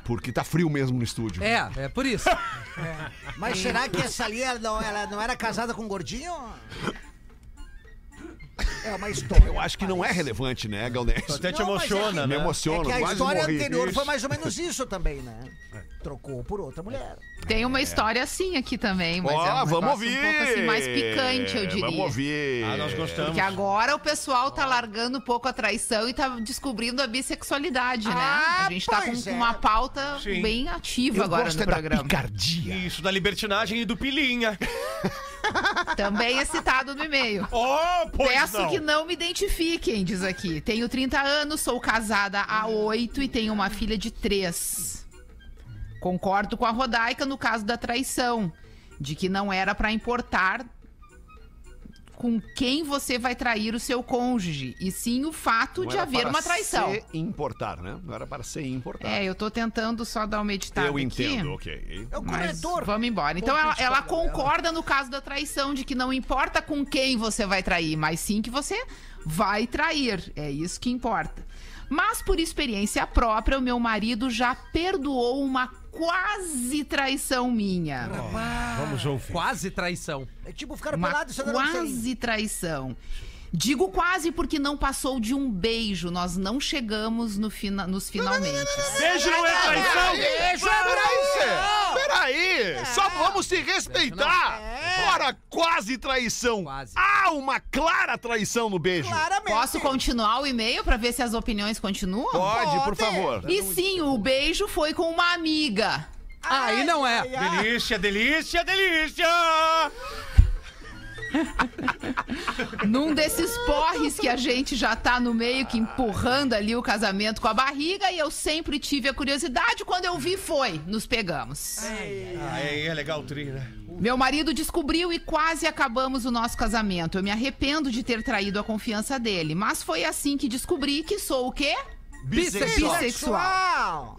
porque tá frio mesmo no estúdio.
É, é por isso.
Mas será que essa ali ela não, ela não era casada com um gordinho? É uma história.
Eu acho que não é relevante, né, Galdense?
Até te
Não, mas é
emociona,
que-
Me
né?
emociono,
É que a
quase
história
morri. É.
anterior foi mais ou menos isso também, né? Trocou por outra mulher.
Tem uma história assim aqui também, mas
Ó,
é um
vamos
negócio
ouvir!
um pouco assim mais picante, eu diria.
Vamos ouvir.
Ah, nós gostamos.
Porque agora o pessoal tá largando um pouco a traição e tá descobrindo a bissexualidade, né?
Ah,
a gente tá com
pois é.
uma pauta
Sim.
bem ativa
Eu
agora
gosto
no
é da
programa.
picardia.
Isso, da libertinagem e do pilinha.
Também é citado no e-mail.
Oh, pois
Peço
não.
que não me identifiquem, diz aqui. Tenho 30 anos, sou casada há 8 e tenho uma filha de 3. Concordo com a Rodaica no caso da traição, de que não era pra importar com quem você vai trair o seu cônjuge, e sim o fato
Não
de
era
haver
para
uma traição.
Se importar, né? Não era para se importar.
É, eu tô tentando só dar uma meditada
eu
aqui.
entendo, ok.
É o
Mas
corredor.
vamos embora. Então ela,
Ponto de
ela
favela.
concorda no caso da traição, de que não importa com quem você vai trair, mas sim que você vai trair. É isso que importa. Mas por experiência própria, o meu marido já perdoou uma quase traição minha.
Vamos ouvir.
Quase traição.
É tipo, ficaram
Uma
pelados e só deram um selinho.
quase traição. Digo quase porque não passou de um beijo. Nós não chegamos no fina, nos finalmente.
Beijo não é traição!
Beijo é Peraí, só vamos se respeitar. Ora, quase traição.
Quase.
Há uma clara traição no beijo.
Claramente.
Posso continuar o e-mail para ver se as opiniões continuam?
Pode, por
Pode.
favor.
E sim, o beijo foi com uma amiga.
Ah,
Aí não é.
Delícia, delícia, delícia!
Num desses porres que a gente já tá no meio que empurrando ali o casamento com a barriga e eu sempre tive a curiosidade, quando eu vi foi, nos pegamos.
Aí é legal o tri, né?
Meu marido descobriu e quase acabamos o nosso casamento. Eu me arrependo de ter traído a confiança dele, mas foi assim que descobri que sou o quê?
Bissexual.
Bissexual.
Uau.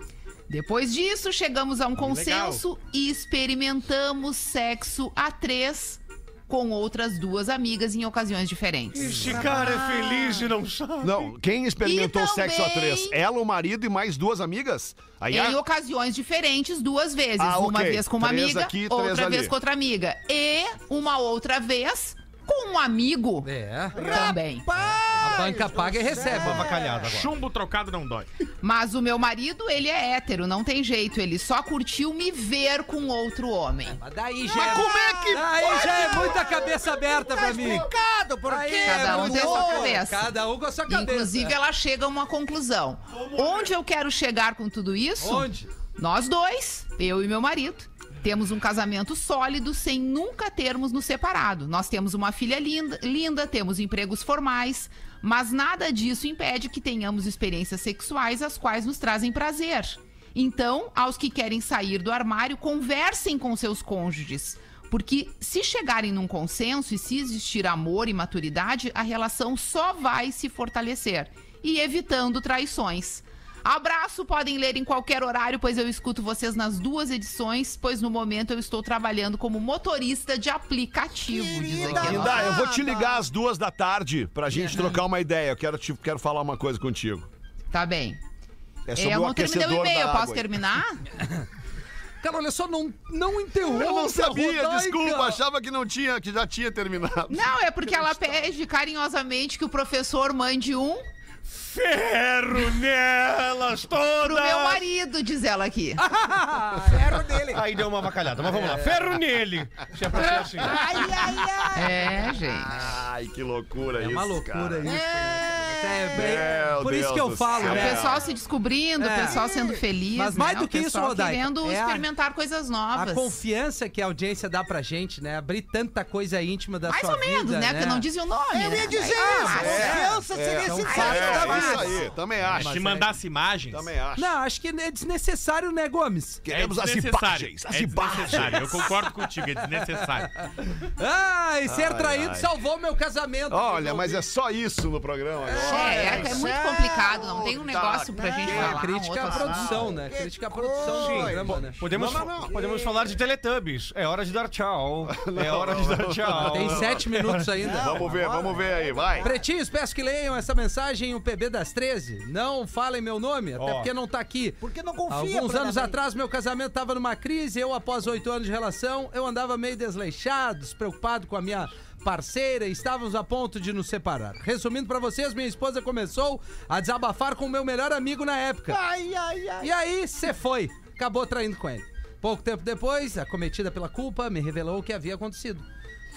Depois disso, chegamos
Ah,
a um consenso e experimentamos sexo a três com outras duas amigas em ocasiões diferentes.
Esse cara é feliz e não sabe.
Não, quem experimentou
E
sexo a
também-
três? Ela, o marido e mais duas amigas? Aí ah,
Em
a-
ocasiões diferentes, duas vezes.
Ah,
uma
ok.
vez com uma
Três
amiga,
aqui, três
outra
ali.
vez com outra amiga. E uma outra vez com um amigo
É.
também.
A banca paga e recebe.
Avacalhado agora.
Chumbo trocado não dói.
Mas o meu marido, ele é hétero, não tem jeito. Ele só curtiu me ver com outro homem.
Mas daí já é... Daí já é muita cabeça aberta pra mim.
Explicado por
Aí
quê?
é
Cada um
muito
tem sua
bom.
cabeça.
Cada um com a sua cabeça.
Inclusive, ela chega a uma conclusão.
é?
Onde eu quero chegar com tudo isso?
Onde?
Nós dois, eu e meu marido, temos um casamento sólido sem nunca termos nos separado. Nós temos uma filha linda, linda, temos empregos formais, mas nada disso impede que tenhamos experiências sexuais as quais nos trazem prazer. Então, aos que querem sair do armário, conversem com seus cônjuges. Porque se chegarem num consenso e se existir amor e maturidade, a relação só vai se fortalecer e evitando traições. Abraço, podem ler em qualquer horário, pois eu escuto vocês nas duas edições, pois no momento eu estou trabalhando como motorista de aplicativo. Diz aqui.
Querida,
ela.
Linda, eu vou te ligar às duas da tarde pra gente trocar uma ideia. Eu quero, te, quero falar uma coisa contigo.
Tá bem.
É sobre
Eu
o
não terminei o
aquecedor
e-mail,
da
posso
água.
terminar?
Cara, olha só, não, não interrompa.
Eu não sabia,
Rodaica.
desculpa, achava que não tinha, que já tinha terminado.
Não, é porque ela pede carinhosamente que o professor mande um
Ferro nelas
pro
todas!
meu marido, diz ela aqui.
Ferro dele.
Aí deu uma avacalhada, mas vamos lá. Ferro nele! Se é pra ser assim.
Ai, ai, ai.
É, gente.
Ai, que loucura
É
isso.
uma loucura
cara.
isso. É, bem-
Meu
por isso
Deus
que eu
do
falo,
céu.
O
né?
pessoal se descobrindo,
É.
o pessoal sendo feliz.
Mas
né?
mais do
O
que isso,
pessoal
Rodaica,
querendo
é a-
experimentar coisas novas.
A confiança que a audiência dá pra gente, né? Abrir tanta coisa íntima da
Mais
sua
ou
vida,
menos, né? Porque não dizem o nome.
Eu
né?
ia dizer
Ah,
isso. Confiança seria esse
É,
cara da
é isso
vida.
aí, também acho.
é
Se mandasse imagens.
Também acho.
Não, acho que é desnecessário, né, Gomes?
Queremos as
desnecessário.
imagens, as
é desnecessário. Eu
imagens.
concordo contigo, é desnecessário.
Ai, ser
Ai,
traído
ai.
salvou meu casamento.
Olha, mas é só isso no programa né? agora.
É, é, é muito complicado, não tem um negócio pra gente
É,
falar.
crítica
um
à
outro assunto.
produção, né? Crítica à produção do programa, né?
Podemos,
Não, não, não.
podemos falar de Teletubbies. É hora de dar tchau. É hora de dar tchau.
Tem sete minutos ainda.
Vamos ver, vamos ver aí, vai.
Pretinhos, peço que leiam essa mensagem o PB das 13. Não falem meu nome, até
Ó.
porque não tá aqui.
Porque não confia
Alguns anos
plenamente.
atrás, meu casamento tava numa crise. Eu, após oito anos de relação, eu andava meio desleixado, despreocupado com a minha parceira e estávamos a ponto de nos separar. Resumindo pra vocês, minha esposa começou a desabafar com o meu melhor amigo na época.
Ai, ai, ai.
E aí, você foi. Acabou traindo com ele. Pouco tempo depois, acometida pela culpa, me revelou o que havia acontecido.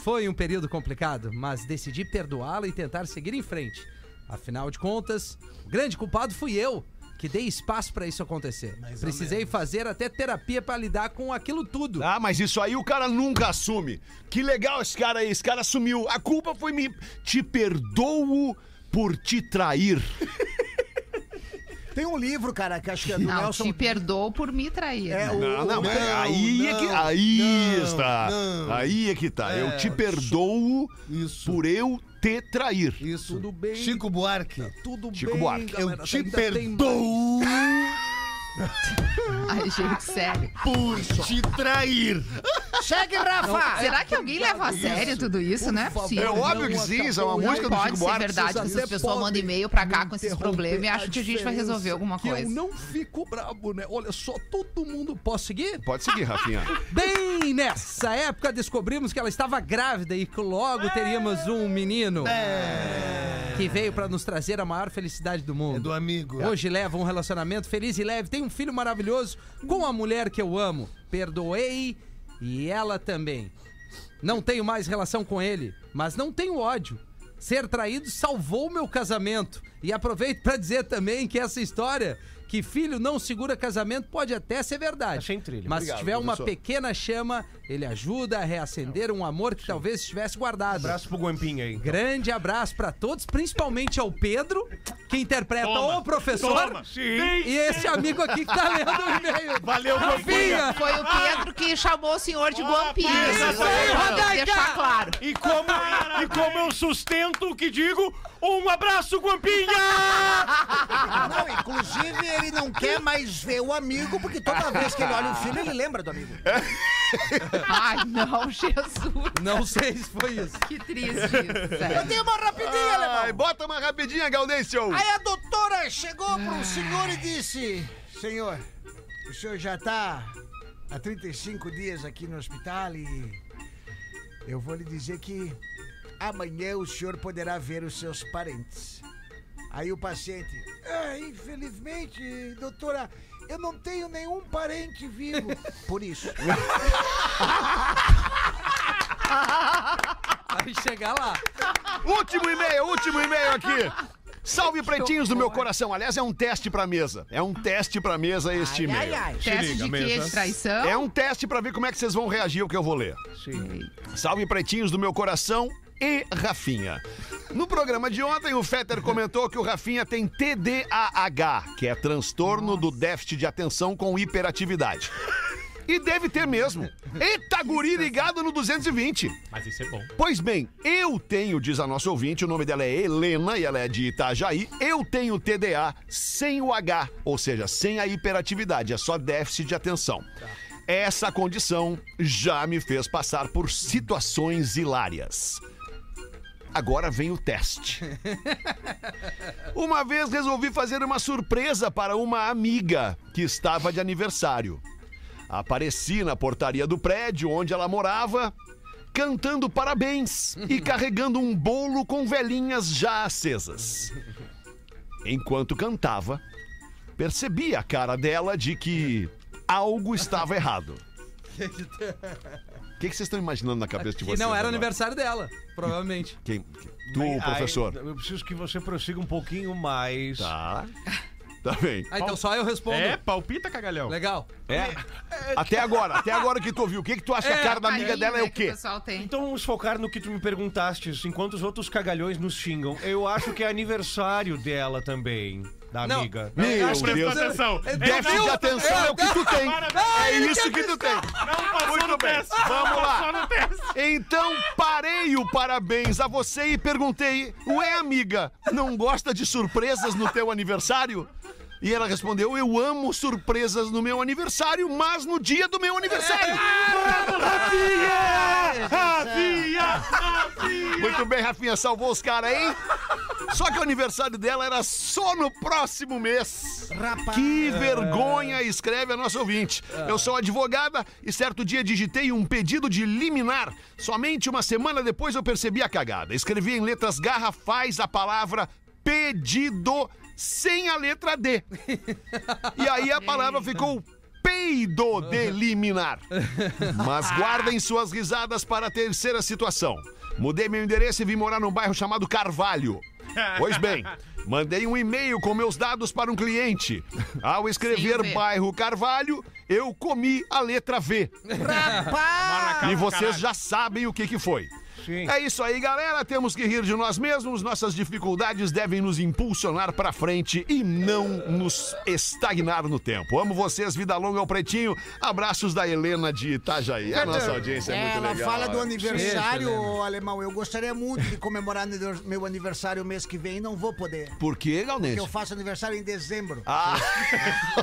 Foi um período complicado, mas decidi perdoá-la e tentar seguir em frente. Afinal de contas, o grande culpado fui eu, que dei espaço pra isso acontecer. Precisei fazer até terapia pra lidar com aquilo tudo.
Ah, mas isso aí o cara nunca assume. Que legal esse cara aí, esse cara assumiu. A culpa foi me. Te perdoo por te trair.
Tem um livro, cara, que acho que é do
Não,
Nelson. É.
te perdoo por me trair. né?
Não, não, mas aí é que. Aí está. Aí é que tá. eu te perdoo
Isso.
por eu te trair.
Isso.
Tudo bem.
Chico Buarque.
Tudo
Chico Buarque.
Eu
galera,
te
ainda tem
perdoo
Ai, gente, sério.
por te trair.
Segue, Rafa!
Será que alguém leva a sério tudo isso? Não é
É
possível.
óbvio que sim, isso é uma
Não
música do Chico
pode ser
Buarque.
verdade que essas
até
pessoas mandam
podem
e-mail pra cá
me
com esses
interromper.
problemas e acham que a gente vai resolver alguma
que Eu
coisa.
não fico brabo, né? Olha só, todo mundo.
Posso seguir?
Pode seguir, Rafinha.
Bem nessa época descobrimos que ela estava grávida e que logo teríamos um menino. Que veio para nos trazer a maior felicidade do mundo.
É. Do amigo.
Hoje leva um relacionamento feliz e leve, tem um filho maravilhoso com a mulher que eu amo. Perdoei e ela também. Não tenho mais relação com ele, mas não tenho ódio. Ser traído salvou meu casamento. E aproveito para dizer também que essa história que filho não segura casamento pode até ser verdade.
Achei trilha.
Mas
Obrigado,
se tiver uma
professor.
pequena chama, ele ajuda a reacender um amor que talvez estivesse guardado.
Abraço pro Guampinha aí.
Grande abraço pra todos, principalmente ao Pedro, que interpreta
Toma,
o professor.
toma.
E esse amigo aqui que tá lendo o e-mail.
Valeu,
Rafinha!
Foi o Pedro que chamou o senhor de Guampinho.
Pedro,
Isso
valeu,
aí,
Rodaica.
deixar claro.
E como, e como eu sustento o que digo, um abraço, Guampinha!
Ah, Não, inclusive ele não quer mais ver o amigo, porque toda vez que ele olha o filme, ele lembra do amigo.
Ai, não, Jesus.
Não sei se foi isso.
Que triste isso, sério.
Tem uma rapidinha,
Ai,
alemão.
bota uma rapidinha, Gaudêncio.
Aí a doutora chegou pro senhor e disse: Senhor, o senhor já tá há 35 dias aqui no hospital e eu vou lhe dizer que amanhã o senhor poderá ver os seus parentes. Aí o paciente, "Ah, infelizmente, doutora, eu não tenho nenhum parente vivo. Por isso.
Vai chegar lá.
Último e-mail, último e-mail aqui. Salve pretinhos do meu coração. Aliás, é um teste pra mesa. É um teste pra mesa este e-mail.
Teste de quê?
mesa.
De traição?
É um teste pra ver como é que vocês vão reagir ao que eu vou ler. Salve pretinhos do meu coração e Rafinha. No programa de ontem, o Fetter comentou que o Rafinha tem TDAH, que é transtorno do déficit de atenção com hiperatividade. E deve ter mesmo. Eita, guri ligado no 220.
Mas isso é bom.
Pois bem, eu tenho, diz a nossa ouvinte, o nome dela é Helena e ela é de Itajaí. Eu tenho TDA sem o H, ou seja, sem a hiperatividade, é só déficit de atenção. Essa condição já me fez passar por situações hilárias. Agora vem o teste. Uma vez resolvi fazer uma surpresa para uma amiga que estava de aniversário. Apareci na portaria do prédio onde ela morava, cantando parabéns e carregando um bolo com velhinhas já acesas. Enquanto cantava, percebi a cara dela de que algo estava errado. O que, que vocês estão imaginando na cabeça de
E
vocês?
não era
agora?
aniversário dela, provavelmente.
Quem, quem- tu, professor.
Ai, eu preciso que você prossiga um pouquinho mais.
Tá. Tá bem.
Ah, então só eu respondo.
É, palpita, cagalhão.
Legal.
É. Até agora, até agora que tu ouviu. O que, que tu acha que a cara da amiga
Carinho,
dela é
né,
o
que
quê?
pessoal tem.
Então vamos focar no que tu me perguntaste, enquanto os outros cagalhões nos xingam. Eu acho que é aniversário dela também, da
Não.
amiga.
Meu
Prestou
Deus.
atenção.
É,
Ele
Déficit de
não-
atenção é o que tu tem.
Parabéns.
É isso que tu tem.
Não passou
Muito
no
bem.
teste.
Vamos
Não
lá.
passou no teste.
Então parei o parabéns a você e perguntei: Ué, amiga, não gosta de surpresas no teu aniversário? E ela respondeu: Eu amo surpresas no meu aniversário, mas no dia do meu aniversário. Rafinha! Muito bem, Rafinha, salvou os caras, hein? Só que o aniversário dela era só no próximo mês.
Rapaz.
Que vergonha, escreve a nossa ouvinte. Eu sou advogada e certo dia digitei um pedido de liminar. Somente uma semana depois eu percebi a cagada. Escrevi em letras garrafais a palavra pedido sem a letra D. E aí a palavra ficou peido de liminar. Mas guardem suas risadas para a terceira situação. Mudei meu endereço e vim morar num bairro chamado Carvalho. Pois bem, mandei um e-mail com meus dados para um cliente. Ao escrever
Sim, V.
bairro Carvalho, eu comi a letra V.
Mas na cara
E
do
vocês
caralho.
já sabem o que que foi.
Sim.
É isso aí, galera. Temos que rir de nós mesmos. Nossas dificuldades devem nos impulsionar pra frente e não nos estagnar no tempo. Amo vocês, vida longa ao pretinho. Abraços da Helena de Itajaí. A nossa audiência é, muito
ela
legal.
fala do
né?
aniversário,
Sim, Helena.
alemão. Eu gostaria muito de comemorar aniver- meu aniversário mês que vem, não vou poder.
Por que,
Porque
Galdense?
eu faço aniversário em dezembro.
Ah,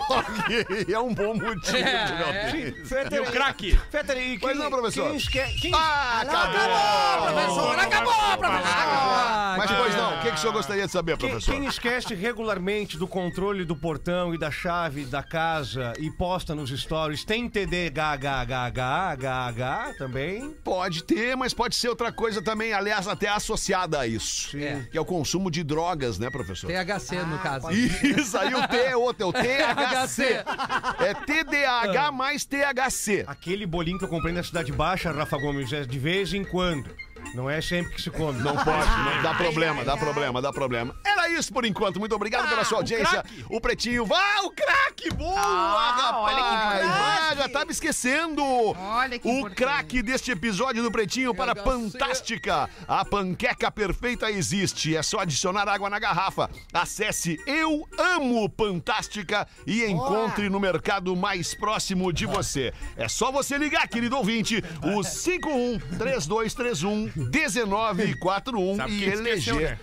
ok. É um bom motivo, Galdense.
E o craque?
Fetter, e
Pois não, professor.
Quem esque- quem-
Ah, acabou!
professor, acabou, professor!
Ah,
Mas pois não, o que, que o senhor gostaria de saber,
Quem,
professor?
quem esquece regularmente do controle do portão e da chave da casa e posta nos stories, tem TDHHHHH também?
Pode ter, mas pode ser outra coisa também, aliás, até associada a isso.
É.
Que é o consumo de drogas, né, professor?
THC, no caso.
Isso, aí o Ah, T é outro, é o THC. É TDAH mais THC.
Aquele bolinho que eu comprei na Cidade Baixa, Rafa Gomes, é de vez em quando. Não é sempre que se come.
Não pode,
né?
não. dá problema, dá problema, dá problema. Era isso por enquanto. Muito obrigado pela sua audiência. O, Pretinho, vá, o craque! Boa,
Ah, olha que
rapaz! Ah,
craque.
já tava esquecendo!
Olha que
O
importante.
craque deste episódio do Pretinho para Fantástica. A panqueca perfeita existe. É só adicionar água na garrafa. Acesse Eu Amo Fantástica e encontre no mercado mais próximo de você. É só você ligar, querido ouvinte, o 51 3231 1941
Sabe
e
quem esqueceu,
eleger
né?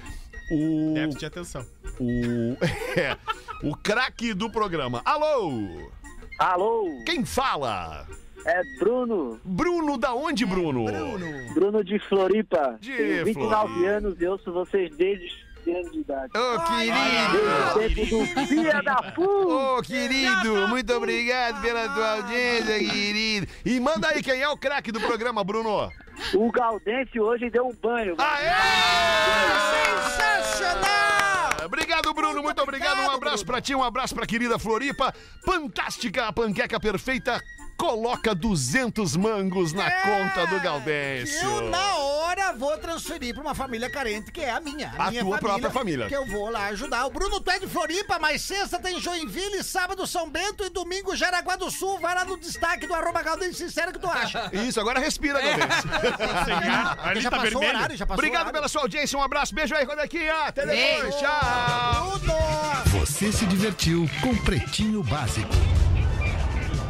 o
Déficit de atenção.
o é, o craque do programa. Alô?
Alô,
Quem fala?
é Bruno,
Bruno da onde, Bruno? Bruno.
Bruno de Floripa.
De
Tenho 29
Floripa.
anos e ouço vocês desde os 10 anos de idade.
Ô, querido.
Desde o tempo do Pia da Fu.
Ô, querido, muito obrigado pela tua audiência, querido. E manda aí quem é o craque do programa, Bruno.
O Gaudêncio hoje deu um banho.
Aê!
Ah, Sensacional!
Obrigado, Bruno. Muito obrigado. Um abraço pra ti, um abraço pra querida Floripa. Fantástica a panqueca perfeita. Coloca 200 mangos na conta do Gaudêncio.
Eu, na hora, vou transferir pra uma família carente, que é a minha.
A
minha
tua própria família.
Que eu vou lá ajudar. O Bruno, tu é de Floripa, mas sexta tem Joinville, sábado São Bento e domingo Jaraguá do Sul. Vai lá no destaque do arroba Galdem Sincero que tu acha.
Isso, agora respira, Gaudêncio.
Ali
já
tá
passou o
vermelho.
horário, já passou
Obrigado
o horário.
pela sua audiência. Um abraço. Beijo aí, Rodequinha. Até depois.
Beijo.
Tchau.
Bruno!
Você se divertiu com Pretinho Básico.